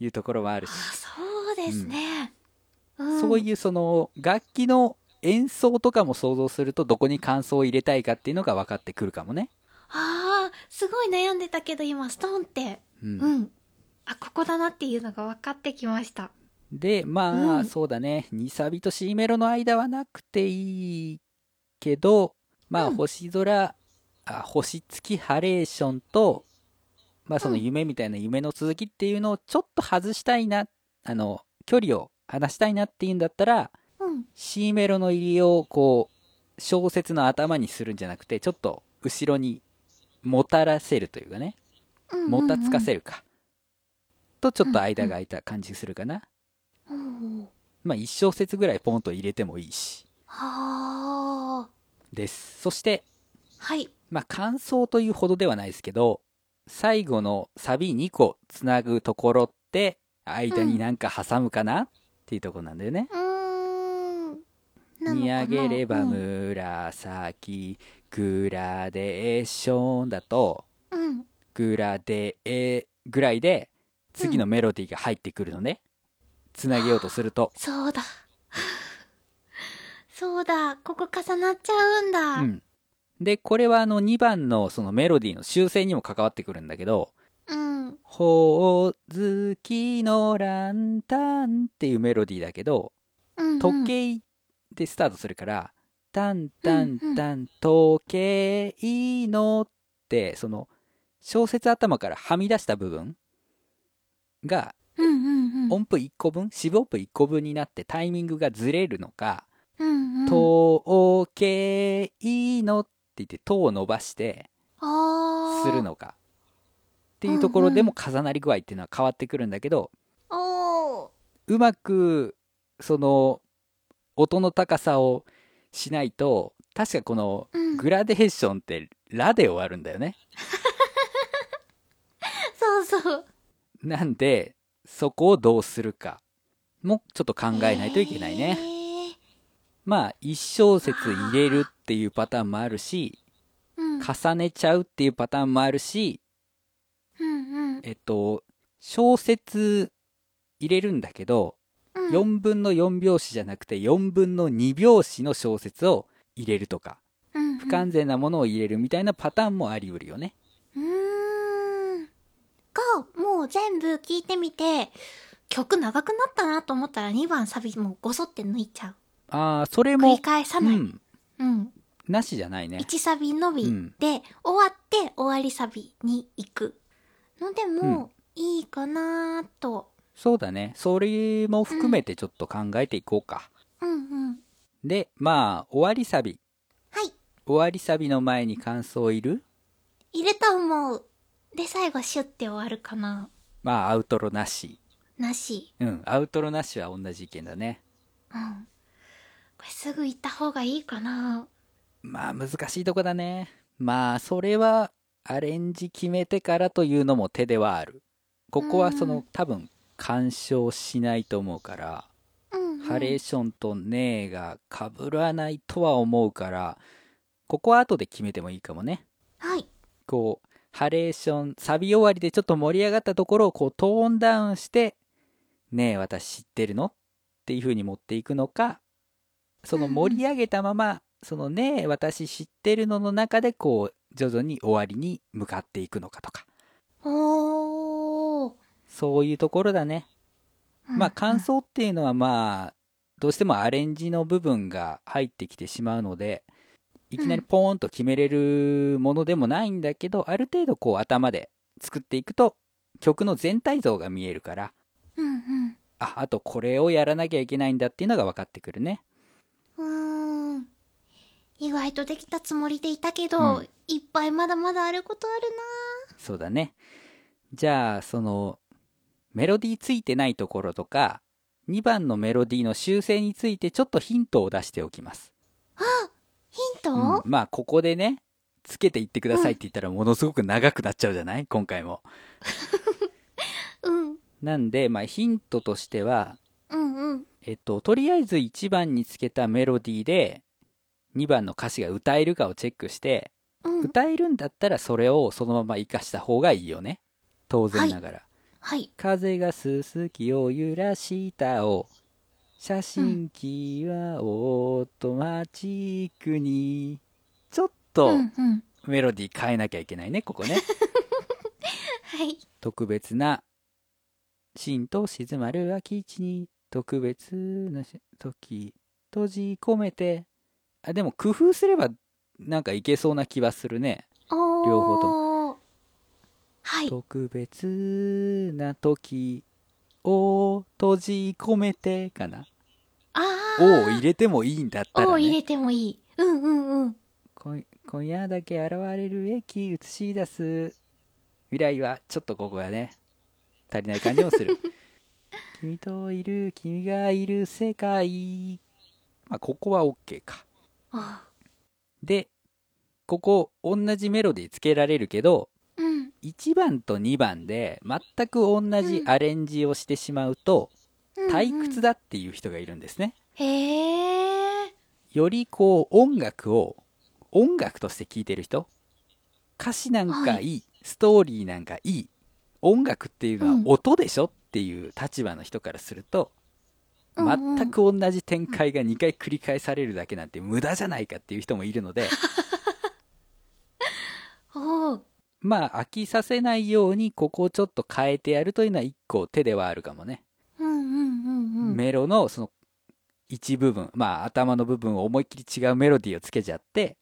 Speaker 1: いうところはあるし
Speaker 2: あ、そうですね。うん。
Speaker 1: そういうその楽器の演奏とかも想像するとどこに感想を入れたいかっていうのが分かってくるかもね。
Speaker 2: ああ、すごい悩んでたけど今、ストーンって。
Speaker 1: うん
Speaker 2: うん。あ、ここだなっていうのが分かってきました。
Speaker 1: でまあ、
Speaker 2: うん
Speaker 1: そうだね2サビと C メロの間はなくていいけどまあ、
Speaker 2: うん
Speaker 1: 星空あ星付きハレーションとまあその
Speaker 2: うん
Speaker 1: 夢みたいな夢の続きっていうのをちょっと外したいな、あの、距離を離したいなっていうんだったら、
Speaker 2: うん。
Speaker 1: C メロの入りをこう、小説の頭にするんじゃなくて、ちょっと後ろにもたらせるというかね、
Speaker 2: うんうんうん
Speaker 1: もたつかせるか。とちょっと間が空いた感じするかな。
Speaker 2: うんは
Speaker 1: まあ1小節ぐらいポンと入れてもいいし。
Speaker 2: あ。
Speaker 1: です。そして、
Speaker 2: はい。
Speaker 1: まあ、感想というほどではないですけど、最後のサビ2個つなぐところって、間になんか挟むかな、っていうところなんだよね。
Speaker 2: うーん。なの
Speaker 1: 見
Speaker 2: かな
Speaker 1: 上げれば
Speaker 2: うん
Speaker 1: 紫、グラデーションだと、
Speaker 2: うん。
Speaker 1: グラデーぐらいで、次のメロディーが入ってくるのね。つなげようとすると。
Speaker 2: そうだ。 そうだ。ここ重なっちゃうんだ。
Speaker 1: うん。で、これはあの2番のそのメロディーの修正にも関わってくるんだけど、
Speaker 2: うん。
Speaker 1: ほおずきのランタンっていうメロディーだけど、
Speaker 2: うん。
Speaker 1: 時計でスタートするから、タンタンタン時計のって、その、小説頭からはみ出した部分が
Speaker 2: うんうんうん。
Speaker 1: 音符1個分、四分音符1個分になってタイミングがずれるのか、
Speaker 2: うんうん。
Speaker 1: 時計のって言って、とを伸ばして
Speaker 2: ああ。
Speaker 1: する。のか。っていうところでも重なり具合っていうのは変わってくるんだけど、
Speaker 2: おお。
Speaker 1: うまくその音の高さをしないと確かこの
Speaker 2: うん。
Speaker 1: グラデーションってラで終わるんだよね。
Speaker 2: そうそう。
Speaker 1: なんでそこをどうするかもちょっと考えないといけないね。
Speaker 2: へー。
Speaker 1: まあ一小節入れるっていうパターンもあるし
Speaker 2: うん。
Speaker 1: 重ねちゃうっていうパターンもあるし
Speaker 2: うんうん。
Speaker 1: えっと小節入れるんだけど
Speaker 2: うん。
Speaker 1: 4分の4拍子じゃなくて4分の2拍子の小節を入れるとか
Speaker 2: うん。
Speaker 1: 不完全なものを入れるみたいなパターンもあり得るよね。
Speaker 2: うーん。が、もう全部聞いてみて、曲長くなったなと思ったら2番サビもごそって抜いちゃ
Speaker 1: ああ、それ
Speaker 2: う。繰
Speaker 1: も
Speaker 2: り、返さ
Speaker 1: う
Speaker 2: ない。
Speaker 1: ん、
Speaker 2: うん。
Speaker 1: なしじゃないね。
Speaker 2: 1サビのびで、
Speaker 1: うん
Speaker 2: 終わって終わりサビに行く。のでも、いいかなと。
Speaker 1: そうだね。それも含めてちょっと考えていこうか。
Speaker 2: うんうん。
Speaker 1: で、まあ、終わりサビ。
Speaker 2: はい。
Speaker 1: 終わりサビの前に感想いる
Speaker 2: いると思う。で、最後シュって終わるかな。
Speaker 1: まあ、アウトロなし。
Speaker 2: なし。
Speaker 1: うん、アウトロなしは同じ意見だね。
Speaker 2: うん。これすぐ行った方がいいかな。
Speaker 1: まあ、難しいとこだね。まあ、それは、アレンジ決めてからというのも手ではある。ここは、そうの
Speaker 2: ん、
Speaker 1: 多分、干渉しないと思うから。
Speaker 2: うん、うん。
Speaker 1: ハレーションとネーが被らないとは思うから、ここは後で決めてもいいかもね。
Speaker 2: はい。
Speaker 1: こう、ハレーション、サビ終わりでちょっと盛り上がったところをこうトーンダウンして、ねえ、私知ってるのっていう風に持っていくのか、その盛り上げたまま、 そのねえ、私知ってるのの中でこう、徐々に終わりに向かっていくのかとか、
Speaker 2: おー。
Speaker 1: そういうところだね。まあ感
Speaker 2: 想
Speaker 1: 想っていうのはまあどうしてもアレンジの部分が入ってきてしまうのでいきなりポーンと決めれるものでもないんだけど、ある程度こう頭で作っていくと曲の全体像が見えるから
Speaker 2: うん
Speaker 1: ああとこれをやらなきゃいけないんだっていうのが分かってくるね
Speaker 2: うんうーん意外とできたつもりでいたけど、
Speaker 1: うん
Speaker 2: いっぱいまだまだあることある
Speaker 1: そうだねじゃあそのメロディーついてないところとか2番のメロディーの修正についてちょっとヒントを出しておきます
Speaker 2: なヒント、
Speaker 1: うんまあここでねつけていってくださいって言ったらものすごく長くなっちゃうじゃない今回も
Speaker 2: うん、
Speaker 1: なんで、まあ、ヒントとしては
Speaker 2: うんうん
Speaker 1: えっととりあえず1番につけたメロディーで2番の歌詞が歌えるかをチェックして
Speaker 2: うん
Speaker 1: 歌えるんだったらそれをそのまま活かした方がいいよね当然ながら、
Speaker 2: はい
Speaker 1: 風がすすきを揺らしたを写真機はオートマチックにちょっと、
Speaker 2: うんうん
Speaker 1: メロディー変えなきゃいけないねここね
Speaker 2: はい
Speaker 1: 特別なシーンと静まる空き地に特別なし時閉じ込めてあでも工夫すればなんかいけそうな気はするね
Speaker 2: おー
Speaker 1: 両
Speaker 2: 方はい。
Speaker 1: 特別な時を閉じ込めてかな。
Speaker 2: あ
Speaker 1: を
Speaker 2: あ。
Speaker 1: 入れてもいいんだった
Speaker 2: お
Speaker 1: ら、
Speaker 2: を入れ
Speaker 1: ね、
Speaker 2: てもいい。うんうんうん。
Speaker 1: こん今夜だけ現れる駅映し出す未来はちょっとここがね足りない感じもす る君といる君がいる世界まあここは OK か
Speaker 2: あ
Speaker 1: でここ同じメロディーつけられるけど
Speaker 2: うん。
Speaker 1: 1番と2番で全く同じアレンジをしてしまうと
Speaker 2: うんうん
Speaker 1: 退屈。だっていう人がいるんですね
Speaker 2: へえ。
Speaker 1: よりこう音楽を音楽として聴いてる人歌詞なんかいい、ストーリーなんかいい音楽っていうのは
Speaker 2: うん
Speaker 1: 音でしょっていう立場の人からすると、
Speaker 2: うんうん
Speaker 1: 全く同じ展開が2回繰り返されるだけなんて無駄じゃないかっていう人もいるの で
Speaker 2: おう。
Speaker 1: まあ飽きさせないようにここをちょっと変えてやるというのは1個手ではあるかもね。
Speaker 2: うんうんうんうん。
Speaker 1: メロのその一部分まあ頭の部分を思いっきり違うメロディーをつけちゃって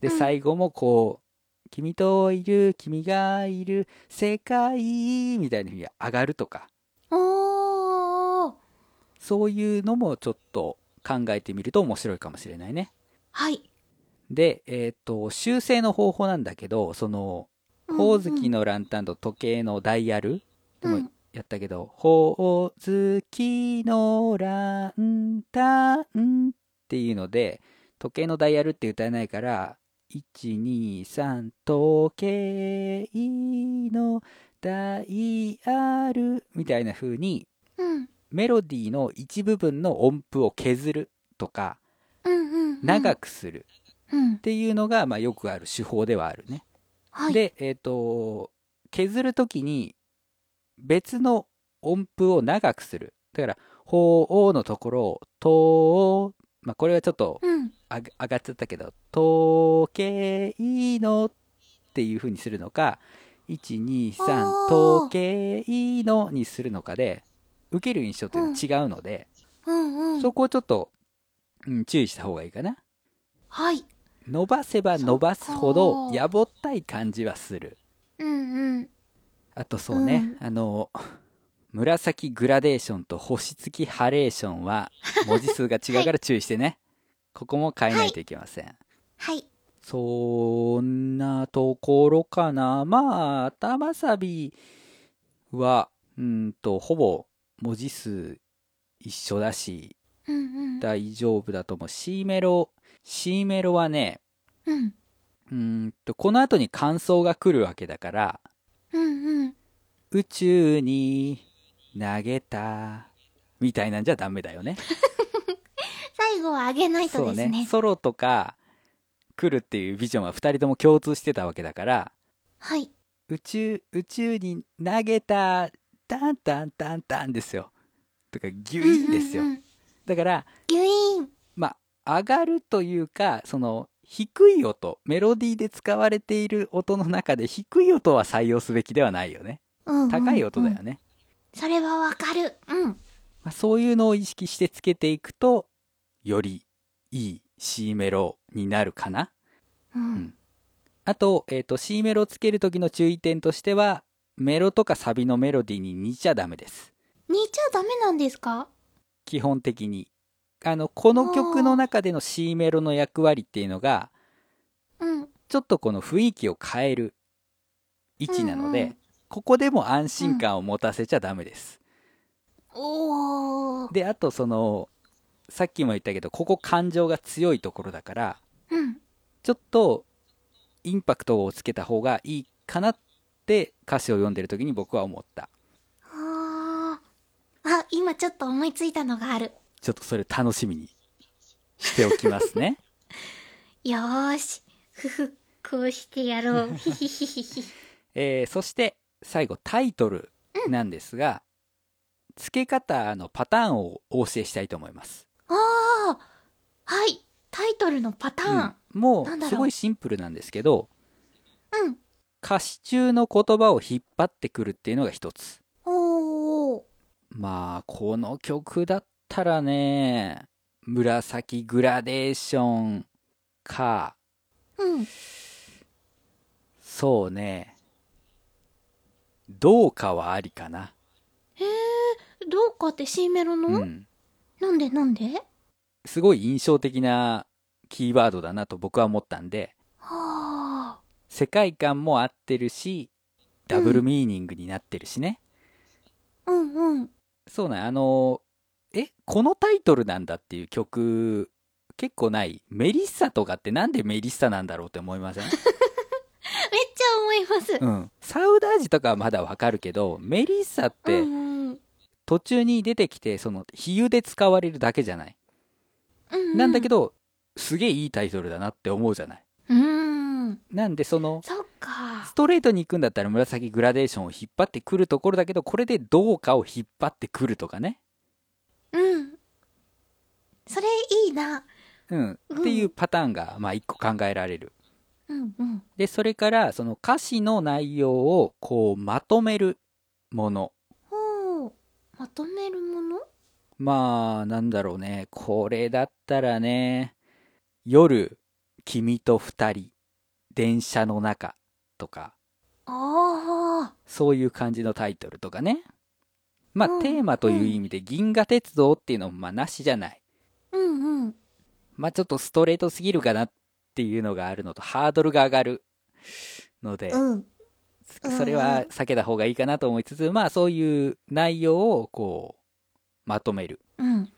Speaker 1: で
Speaker 2: うん
Speaker 1: 最後もこう「君といる君がいる世界」みたいなふうに上がるとか
Speaker 2: おー。
Speaker 1: そういうのもちょっと考えてみると面白いかもしれないね。
Speaker 2: はい。
Speaker 1: で、えっと修正の方法なんだけどその「ほおずき
Speaker 2: の。
Speaker 1: のランタン」と「時計のダイヤル」で
Speaker 2: う
Speaker 1: も
Speaker 2: ん
Speaker 1: やったけど「ほおずきのランタン」っていうので時計のダイヤルって歌えないから123時計のダイヤルみたいな風に
Speaker 2: うん。
Speaker 1: メロディーの一部分の音符を削るとか
Speaker 2: うんうんうん。
Speaker 1: 長くする
Speaker 2: うん
Speaker 1: っ。ていうのが、まあ、よくある手法ではあるね。
Speaker 2: はい。
Speaker 1: で、えっ、と、削るときに別の音符を長くする。だから、ほうおうのところを、とう、まあ、これはちょっと
Speaker 2: うん。
Speaker 1: あが上がっちゃったけど、とけいのっていう風にするのか、1、2、
Speaker 2: あ
Speaker 1: 3、
Speaker 2: ー
Speaker 1: とけいのにするのかで、受ける印象というのは違うので、
Speaker 2: うんうん。
Speaker 1: そこをちょっと、うん、注意した方がいいかな。
Speaker 2: はい。
Speaker 1: 伸ばせば伸ばすほ
Speaker 2: そ
Speaker 1: ど、
Speaker 2: っか
Speaker 1: やぼったい感じはする。
Speaker 2: うんうん。
Speaker 1: あとそうね、あの紫グラデーションと星付きハレーションは文字数が違うから注意してね、ここも変えないといけません、
Speaker 2: はい。
Speaker 1: そんなところかなまあ頭サビはうんとほぼ文字数一緒だし
Speaker 2: うんうん。
Speaker 1: 大丈夫だと思う C メロ C メロはね
Speaker 2: うん。
Speaker 1: うんとこの後に感想が来るわけだから
Speaker 2: うんうん。
Speaker 1: 宇宙に投げたみたいなんじゃダメだよね。
Speaker 2: 最後は上げないと
Speaker 1: そう
Speaker 2: です
Speaker 1: ね。
Speaker 2: ね。
Speaker 1: ソロとか来るっていうビジョンは2人とも共通してたわけだから
Speaker 2: はい。
Speaker 1: 宇宙宇宙に投げたタンタンタンタンですよ。とかギュインですよ
Speaker 2: うんう。んうん
Speaker 1: だから
Speaker 2: ギュイーン。
Speaker 1: まあ上がるというかその低い音メロディーで使われている音の中で低い音は採用すべきではないよね。
Speaker 2: うんうんうん
Speaker 1: 高い音だよ。ね。
Speaker 2: それはわかる。うん。
Speaker 1: まあ、そういうのを意識してつけていくとよりいい C メロになるかな
Speaker 2: うん
Speaker 1: んあと,、えー、と C メロをつける時の注意点としてはメロとかサビのメロディーに似ちゃダメです
Speaker 2: 似ちゃダメなんですか
Speaker 1: 基本的にあのこの曲の中での C メロの役割っていうのが
Speaker 2: うん。
Speaker 1: ちょっとこの雰囲気を変える位置なので、
Speaker 2: うんうん
Speaker 1: ここでも安心感を持たせちゃダメです、
Speaker 2: おー。
Speaker 1: であとそのさっきも言ったけどここ感情が強いところだから
Speaker 2: うん。
Speaker 1: ちょっとインパクトをつけた方がいいかなって歌詞を読んでる時に僕は思った
Speaker 2: あー。あ、今ちょっと思いついたのがある。
Speaker 1: ちょっとそれ楽しみにしておきますね
Speaker 2: よーし。ふふ、こうしてやろ う。ひひひひひ。
Speaker 1: えーそして最後タイトルなんですが、付け方のパターンをお教えしたいと思います、
Speaker 2: あー。はい。タイトルのパターン。
Speaker 1: うんも
Speaker 2: なん
Speaker 1: う
Speaker 2: だろう
Speaker 1: すごいシンプルなんですけど
Speaker 2: うん。
Speaker 1: 歌詞中の言葉を引っ張ってくるっていうのが一つ
Speaker 2: おー。
Speaker 1: まあこの曲だったらね紫グラデーションか
Speaker 2: うん。
Speaker 1: そうねどうかはありかな。
Speaker 2: どうかって C メロの、
Speaker 1: うん。
Speaker 2: なんでなんでは
Speaker 1: すごい印象的なキーワードだなと僕は思ったんで、
Speaker 2: あ。
Speaker 1: 世界観も合ってるし、ダブルミーニングになってるしね。
Speaker 2: うんうん。
Speaker 1: そうなん、あの、え、このタイトルなんだっていう曲、結構ない。メリッサとかってなんでメリッサなんだろうって思いま せん
Speaker 2: めっちゃ思います。
Speaker 1: うん。サウダージとかはまだわかるけど、メリッサって
Speaker 2: うんうん
Speaker 1: 途中に出てきて、その、比喩で使われるだけじゃない。
Speaker 2: うん
Speaker 1: なんだけ
Speaker 2: ど。
Speaker 1: ど、すげえいいタイトルだなって思うじゃない。
Speaker 2: うん。
Speaker 1: なんでその、
Speaker 2: そっか
Speaker 1: ス。トレートに行くんだったら紫グラデーションを引っ張ってくるところだけど、これでどうかを引っ張ってくるとかね。
Speaker 2: うん。それいいな。
Speaker 1: うん。っていうパターンが、まあ一個考えられる。
Speaker 2: うんうん。
Speaker 1: で、それから、その歌詞の内容を、こう、まとめるもの。
Speaker 2: ほう。まとめるもの
Speaker 1: まあ、なんだろうね。これだったらね、夜、君と二人、電車の中とか、
Speaker 2: ああ。
Speaker 1: そういう感じのタイトルとかね。まあ、
Speaker 2: うん
Speaker 1: テーマという意味で、銀河鉄道っていうのも、まあ、なしじゃない。
Speaker 2: うんうん。
Speaker 1: まあ、ちょっとストレートすぎるかなっていうのがあるのと、ハードルが上がるので、
Speaker 2: うん。うん
Speaker 1: それは避けた方がいいかなと思いつつ、まあそういう内容をこう、まとめる。
Speaker 2: うん。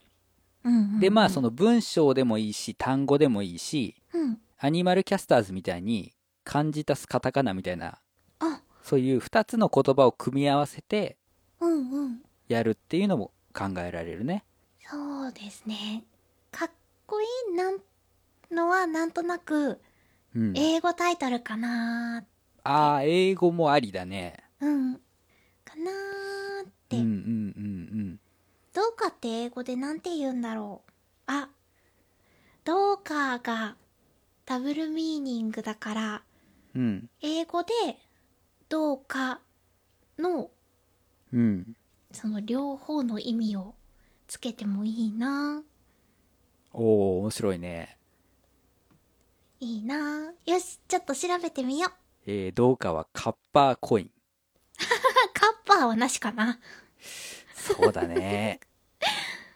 Speaker 2: うん。
Speaker 1: で、まあその
Speaker 2: の。
Speaker 1: 文章でもいいし、単語でもいいし、
Speaker 2: うん。
Speaker 1: アニマルキャスターズみたいに、漢字足すカタカナみたいな、
Speaker 2: あ、
Speaker 1: そういう二つの言葉を組み合わせて
Speaker 2: うんうん。
Speaker 1: やるっていうのも考えられるね。
Speaker 2: そうですね。かっこいいなんのはなんとなく
Speaker 1: うん。
Speaker 2: 英語タイトルかな
Speaker 1: ああ、英語もありだね。
Speaker 2: うん。かなーっ
Speaker 1: う
Speaker 2: て、
Speaker 1: んうんうん
Speaker 2: どうかって英語でなんて言うんだろう。あ、どうかがダブルミーニングだから、
Speaker 1: うん。うん。
Speaker 2: 英語でどうかの
Speaker 1: うん。
Speaker 2: その両方の意味をつけてもいいな
Speaker 1: おお面白いね。
Speaker 2: いいなよし、ちょっと調べてみよう。
Speaker 1: えー、どうかはカッパーコイン。
Speaker 2: あカッパーはなしかな。
Speaker 1: そうだね。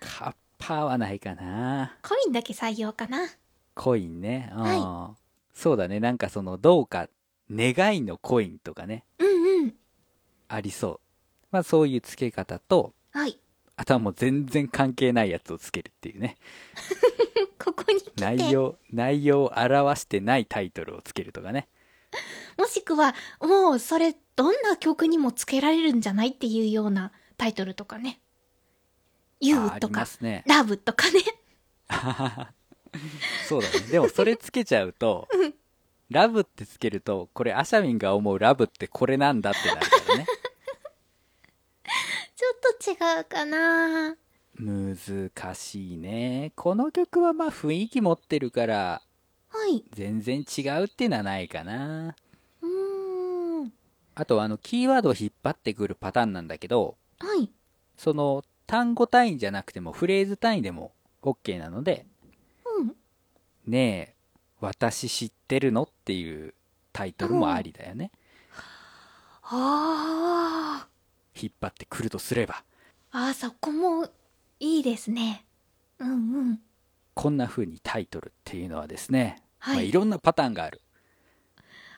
Speaker 1: カッパーはないかな。
Speaker 2: コインだけ採用かな。
Speaker 1: コインね。うん
Speaker 2: は
Speaker 1: そうだね。なんかその、どうか、願いのコインとかね、
Speaker 2: うんうん。
Speaker 1: ありそう。まあそういう付け方と、
Speaker 2: はい。
Speaker 1: あとはもう全然関係ないやつをつけるっていうね。
Speaker 2: ここに来て。
Speaker 1: 内容、内容を表してないタイトルをつけるとかね。
Speaker 2: もしくは、もうそれ、どんな曲にもつけられるんじゃないっていうようなタイトルとかね。You
Speaker 1: あーあり
Speaker 2: と
Speaker 1: ま
Speaker 2: か、
Speaker 1: すね。
Speaker 2: Love とかね。
Speaker 1: そうだね。でもそれつけちゃうと、ラブってつけると、これアシャミンが思うラブってこれなんだってなるからね。
Speaker 2: ちょっと違うかな
Speaker 1: 難しいねこの曲はまあ雰囲気持ってるから
Speaker 2: はい。
Speaker 1: 全然違うっていうのはないかな
Speaker 2: うーん。
Speaker 1: あとあのキーワードを引っ張ってくるパターンなんだけど
Speaker 2: はい。
Speaker 1: その単語単位じゃなくてもフレーズ単位でも OK なので
Speaker 2: うん。
Speaker 1: 「ねえ私知ってるの?」っていうタイトルもありだよね
Speaker 2: あ
Speaker 1: 引っ張ってくるとすれば
Speaker 2: あ。あーそこもいいですね。うんうん。
Speaker 1: こんな風にタイトルっていうのはですね、
Speaker 2: はい
Speaker 1: まあ、いろんなパターンがある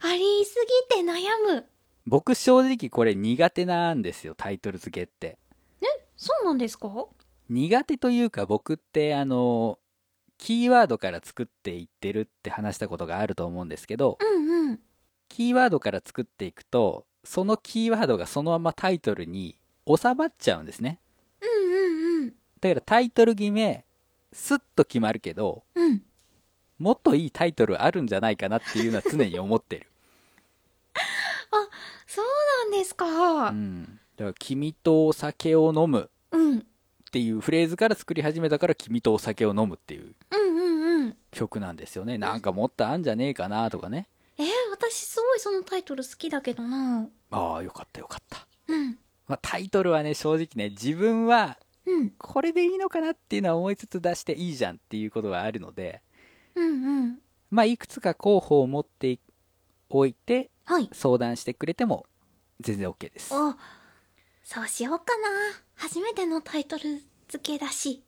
Speaker 2: ありすぎて悩む。
Speaker 1: 僕正直これ苦手なんですよタイトル付けって
Speaker 2: そうなんですか
Speaker 1: 苦手というか僕ってあのキーワードから作っていってるって話したことがあると思うんですけど
Speaker 2: うんうん。
Speaker 1: キーワードから作っていくとそのキーワードがそのままタイトルに収まっちゃうんですね
Speaker 2: うんうんうん。
Speaker 1: だからタイトル決めスッと決まるけど
Speaker 2: うん。
Speaker 1: もっといいタイトルあるんじゃないかなっていうのは常に思ってる、
Speaker 2: そうなんです
Speaker 1: う
Speaker 2: か。
Speaker 1: ん、だから「君とお酒を飲む」
Speaker 2: うん。
Speaker 1: っていうフレーズから作り始めたから「君とお酒を飲む」っていう
Speaker 2: うんうんうん。
Speaker 1: 曲なんですよねなんかもっとあんじゃねえかなとかね
Speaker 2: えー、私すごいそのタイトル好きだけどな。
Speaker 1: ああ、よかったよかった。
Speaker 2: うん。
Speaker 1: まあ、タイトルはね、正直ね、自分は
Speaker 2: うん。
Speaker 1: これでいいのかなっていうのは思いつつ出していいじゃんっていうことがあるので、
Speaker 2: うんうん。
Speaker 1: まあ、いくつか候補を持っておいて
Speaker 2: はい。
Speaker 1: 相談してくれても全然 OK です。
Speaker 2: おそうしようかな初めてのタイトル付けだし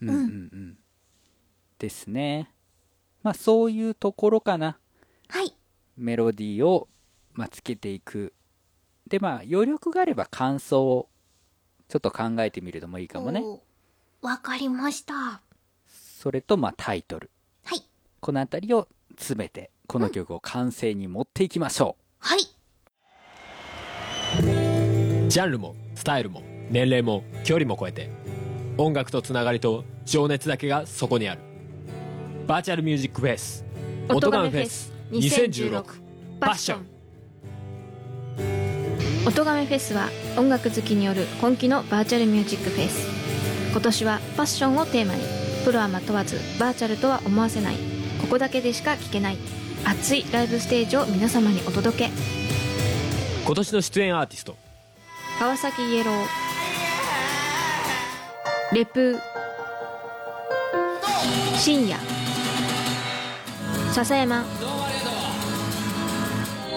Speaker 1: うんうんうん。ですね。まあそういうところかな。
Speaker 2: はい
Speaker 1: メロディーを、まあ、つけていく。でまあ余力があれば感想をちょっと考えてみるのもいいかもね。
Speaker 2: おわかりましたは
Speaker 1: それとまあタイトル。
Speaker 2: い
Speaker 1: この辺りを詰めてこの曲を完成に持っていきましょ
Speaker 2: はい
Speaker 3: ジャンルもスタイルも年齢も距離も超えて音楽とつながりと情熱だけがそこにあるバーチャルミュージックフェス音ガンフェス2016パッション
Speaker 4: 音がめフェスは音楽好きによる今季のバーチャルミュージックフェス今年はファッションをテーマにプロアマ問わずバーチャルとは思わせないここだけでしか聞けない熱いライブステージを皆様にお届け
Speaker 3: 今年の出演アーティスト
Speaker 4: 川崎イエローレプー深夜笹山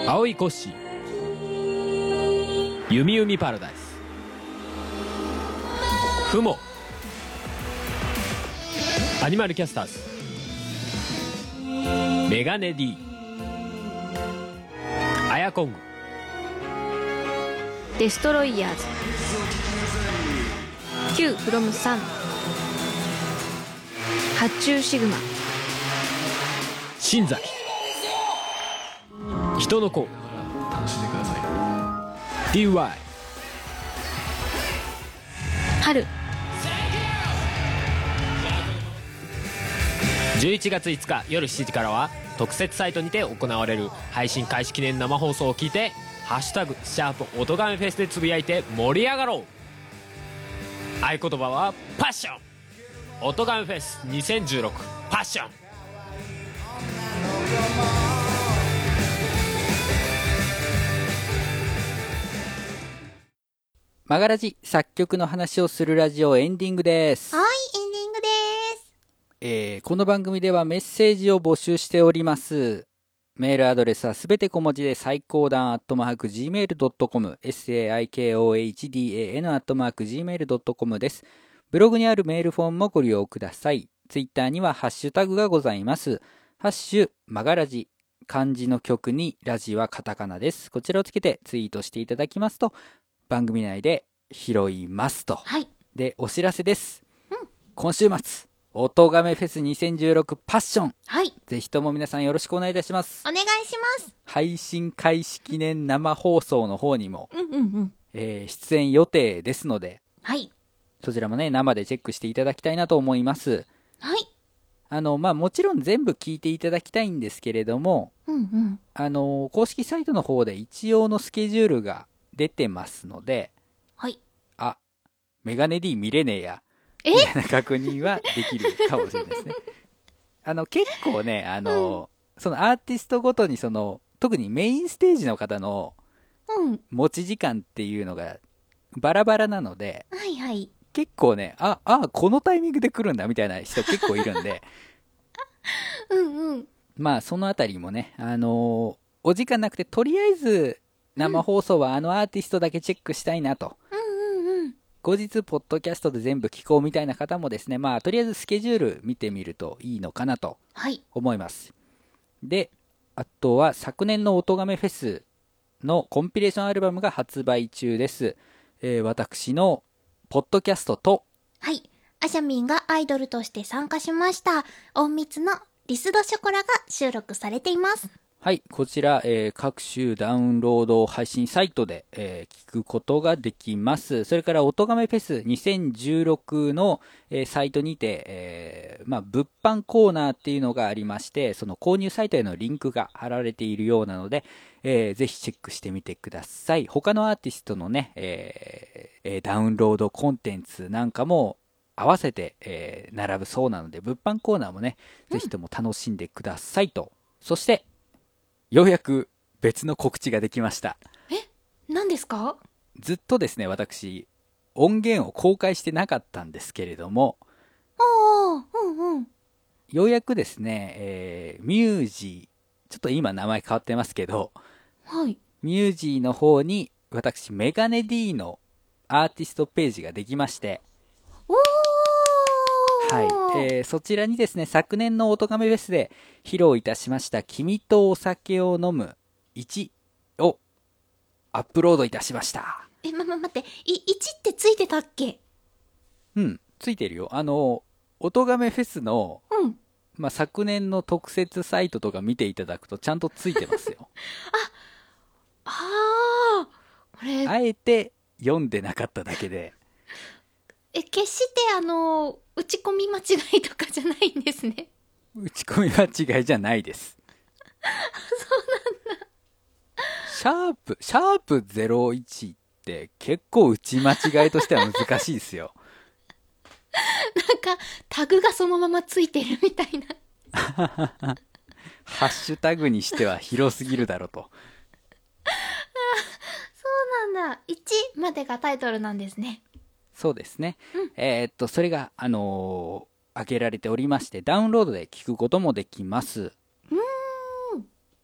Speaker 3: 青井コッシー弓弓パラダイスふもアニマルキャスターズメガネ D アヤコング
Speaker 4: デストロイヤーズ Q from 3発注シグマ
Speaker 3: 新崎人の子 DY
Speaker 4: 春
Speaker 3: 11月5日夜7時からは特設サイトにて行われる配信開始記念生放送を聞いて「ハッシュタグシャープ音がめフェス」でつぶやいて盛り上がろう合言葉は「パッション」「音がめフェス2016パッション」
Speaker 1: う。マガラジ作曲の話をするラジオエンディングです。
Speaker 2: はいエンディングです
Speaker 1: えーこの番組ではメッセージを募集しております。メールアドレスはすべて小文字で最高段アットマーク gmail.com saikohdan アットマーク gmail.com です。ブログにあるメールフォームもご利用ください。ツイッターにはハッシュタグがございます。ハッシュ、マガラジ。漢字の曲にラジはカタカナです。こちらをつけてツイートしていただきますと番組内で拾いますと。
Speaker 2: はい
Speaker 1: で、お知らせです。今週末、音がめフェス2016パッション。
Speaker 2: はい
Speaker 1: ぜひとも皆さんよろしくお願いいたします
Speaker 2: お。願いします
Speaker 1: 配信開始記念生放送の方にも、
Speaker 2: うんうんうん
Speaker 1: えー出演予定ですので、
Speaker 2: はい
Speaker 1: そちらもね、生でチェックしていただきたいなと思います。
Speaker 2: はい
Speaker 1: あの、まあ、もちろん全部聞いていただきたいんですけれども、
Speaker 2: うんうん
Speaker 1: あの、公式サイトの方で一応のスケジュールが出てますので、
Speaker 2: はい
Speaker 1: あ、メガネ D 見れねえや。
Speaker 2: え
Speaker 1: みたいな確認はできるかもしれないですね。あの、結構ね、あの、そのアーティストごとにその、特にメインステージの方の
Speaker 2: うん
Speaker 1: 持ち時間っていうのがバラバラなので、
Speaker 2: はいはい
Speaker 1: 結構ね、あ、あ、このタイミングで来るんだみたいな人結構いるんで、
Speaker 2: うんうん
Speaker 1: まあそのあたりもね、あのお時間なくて、とりあえず生放送はあのアーティストだけチェックしたいなと。
Speaker 2: うんうんうん
Speaker 1: 後日、ポッドキャストで全部聞こうみたいな方もですね、まあ、とりあえずスケジュール見てみるといいのかなと
Speaker 2: はい
Speaker 1: 思います。で、あとは昨年の音めフェスのコンピレーションアルバムが発売中です。えー私のポッドキャストと、
Speaker 2: はい。アシャミンがアイドルとして参加しました。隠密のリスドショコラが収録されています。
Speaker 1: はい、こちら、えー各種ダウンロード配信サイトで、えー聞くことができます。それから、音めフェス2016の、えーサイトにて、えーまあ、物販コーナーっていうのがありまして、その購入サイトへのリンクが貼られているようなので、えーぜひチェックしてみてください。他のアーティストのね、えーえーダウンロードコンテンツなんかも合わせて、えー並ぶそうなので、物販コーナーもね、ぜひとも楽しんでくださいと。そして、ようやく別の告知ができました。
Speaker 2: 何ですか
Speaker 1: ずっとですね、私、音源を公開してなかったんですけれども、
Speaker 2: おー、うんうん。
Speaker 1: ようやくですね、えーミュージー、ちょっと今名前変わってますけど、
Speaker 2: はい。
Speaker 1: ミュージーの方に私、メガネ D のアーティストページができまして、
Speaker 2: おー
Speaker 1: はいえーそちらにですね昨年の「オトガメフェス」で披露いたしました「君とお酒を飲む1」をアップロードいたしました
Speaker 2: え、ま、ま、待って、い、1ってついてたっけ
Speaker 1: うんついてるよあの「オトガメフェスの」
Speaker 2: うん。
Speaker 1: まあ、昨年の特設サイトとか見ていただくとちゃんとついてますよ
Speaker 2: あー。これ、
Speaker 1: あ えて読んでなかっただけで
Speaker 2: え、決してあの、打ち込み間違いとかじゃないんですね。
Speaker 1: 打ち込み間違いじゃない です。そうなんだ。シャープ、シャープ01って結構打ち間違いとしては難しいですよ。
Speaker 2: なんか、タグがそのままついてるみたいな。
Speaker 1: ハッシュタグにしては広すぎるだろうと。
Speaker 2: そうなんだ。1までがタイトルなんですね。
Speaker 1: そうですね。
Speaker 2: うん
Speaker 1: えーっと、それが、あのー開けられておりまして、ダウンロードで聞くこともできます。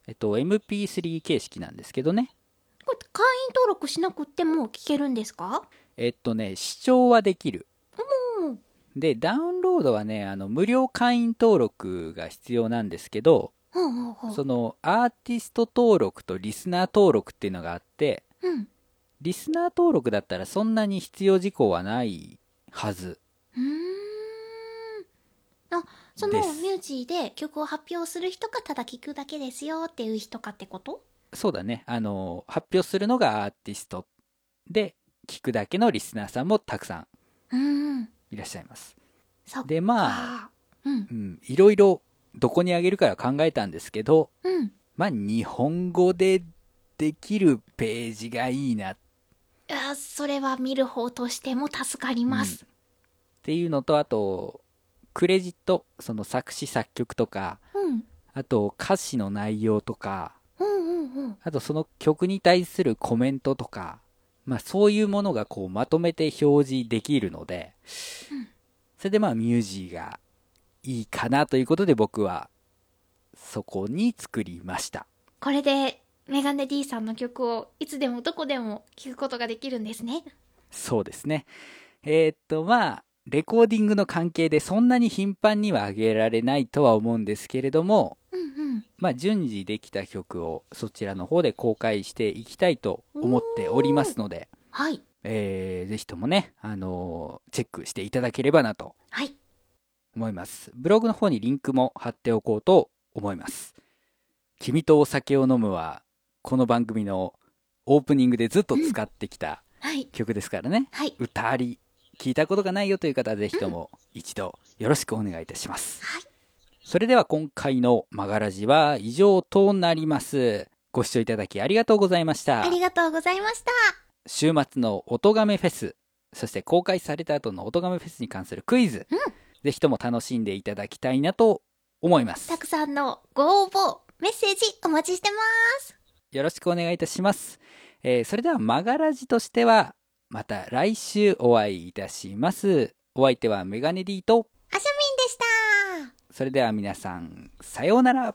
Speaker 1: えっと、MP3 形式なんですけどね。
Speaker 2: これ、会員登録しなくっても聞けるんですか
Speaker 1: えっとね、視聴はできる。
Speaker 2: うん。
Speaker 1: で、ダウンロードはね、あの、無料会員登録が必要なんですけど、
Speaker 2: ほうほうほう。
Speaker 1: そのアーティスト登録とリスナー登録っていうのがあって
Speaker 2: うん。
Speaker 1: リスナー登録だったらそんなに必要事項はないはず
Speaker 2: うーん。あ、そのミ
Speaker 1: です
Speaker 2: ュージーで曲を発表する人がただ聞くだけですよっていう人かってこと
Speaker 1: そうだねあの発表するのがアーティストで聞くだけのリスナーさんもたくさん
Speaker 2: うん。
Speaker 1: いらっしゃいます
Speaker 2: そっか。
Speaker 1: でまあ、
Speaker 2: あ、う
Speaker 1: う。
Speaker 2: ん
Speaker 1: ん、いろいろどこにあげるかは考えたんですけど
Speaker 2: うん。
Speaker 1: まあ日本語でできるページがいいなっ
Speaker 2: あそれは見る方としても助かります。
Speaker 1: ていうのとあとクレジットその作詞作曲とか
Speaker 2: うん。
Speaker 1: あと歌詞の内容とか
Speaker 2: うんうんうん。
Speaker 1: あとその曲に対するコメントとか、まあそういうものがこうまとめて表示できるので、それでまあミュージーがいいかなということで僕はそこに作りました。
Speaker 2: これで、メガネ D さんの曲をいつでもどこでも聴くことができるんですね。
Speaker 1: そうですね。えーっとまあ、レコーディングの関係でそんなに頻繁には上げられないとは思うんですけれども、
Speaker 2: うんうん。
Speaker 1: まあ順次できた曲をそちらの方で公開していきたいと思っておりますので、
Speaker 2: はい。
Speaker 1: えーぜひともね、あのーチェックしていただければなと
Speaker 2: はい。
Speaker 1: 思います。ブログの方にリンクも貼っておこうと思います。君とお酒を飲むは、この番組のオープニングでずっと使ってきた
Speaker 2: はい。
Speaker 1: 曲ですからね。
Speaker 2: はい。
Speaker 1: 歌あり、聞いたことがないよという方はぜひとも一度よろしくお願いいたします。
Speaker 2: はい
Speaker 1: それでは今回のマガラジは以上となります。ご視聴いただきありがとうございました。
Speaker 2: ありがとうございました。
Speaker 1: 週末の音亀フェスそして公開された後の音亀フェスに関するクイズ、
Speaker 2: うん
Speaker 1: ぜひとも楽しんでいただきたいなと思います
Speaker 2: たくさんのご応募、メッセージお待ちしてます。
Speaker 1: よろしくお願いいたします、えーそれではマガラジとしてはまた来週お会いいたしますお相手はメガネ D と
Speaker 2: アシャミンでした。
Speaker 1: それでは皆さんさようなら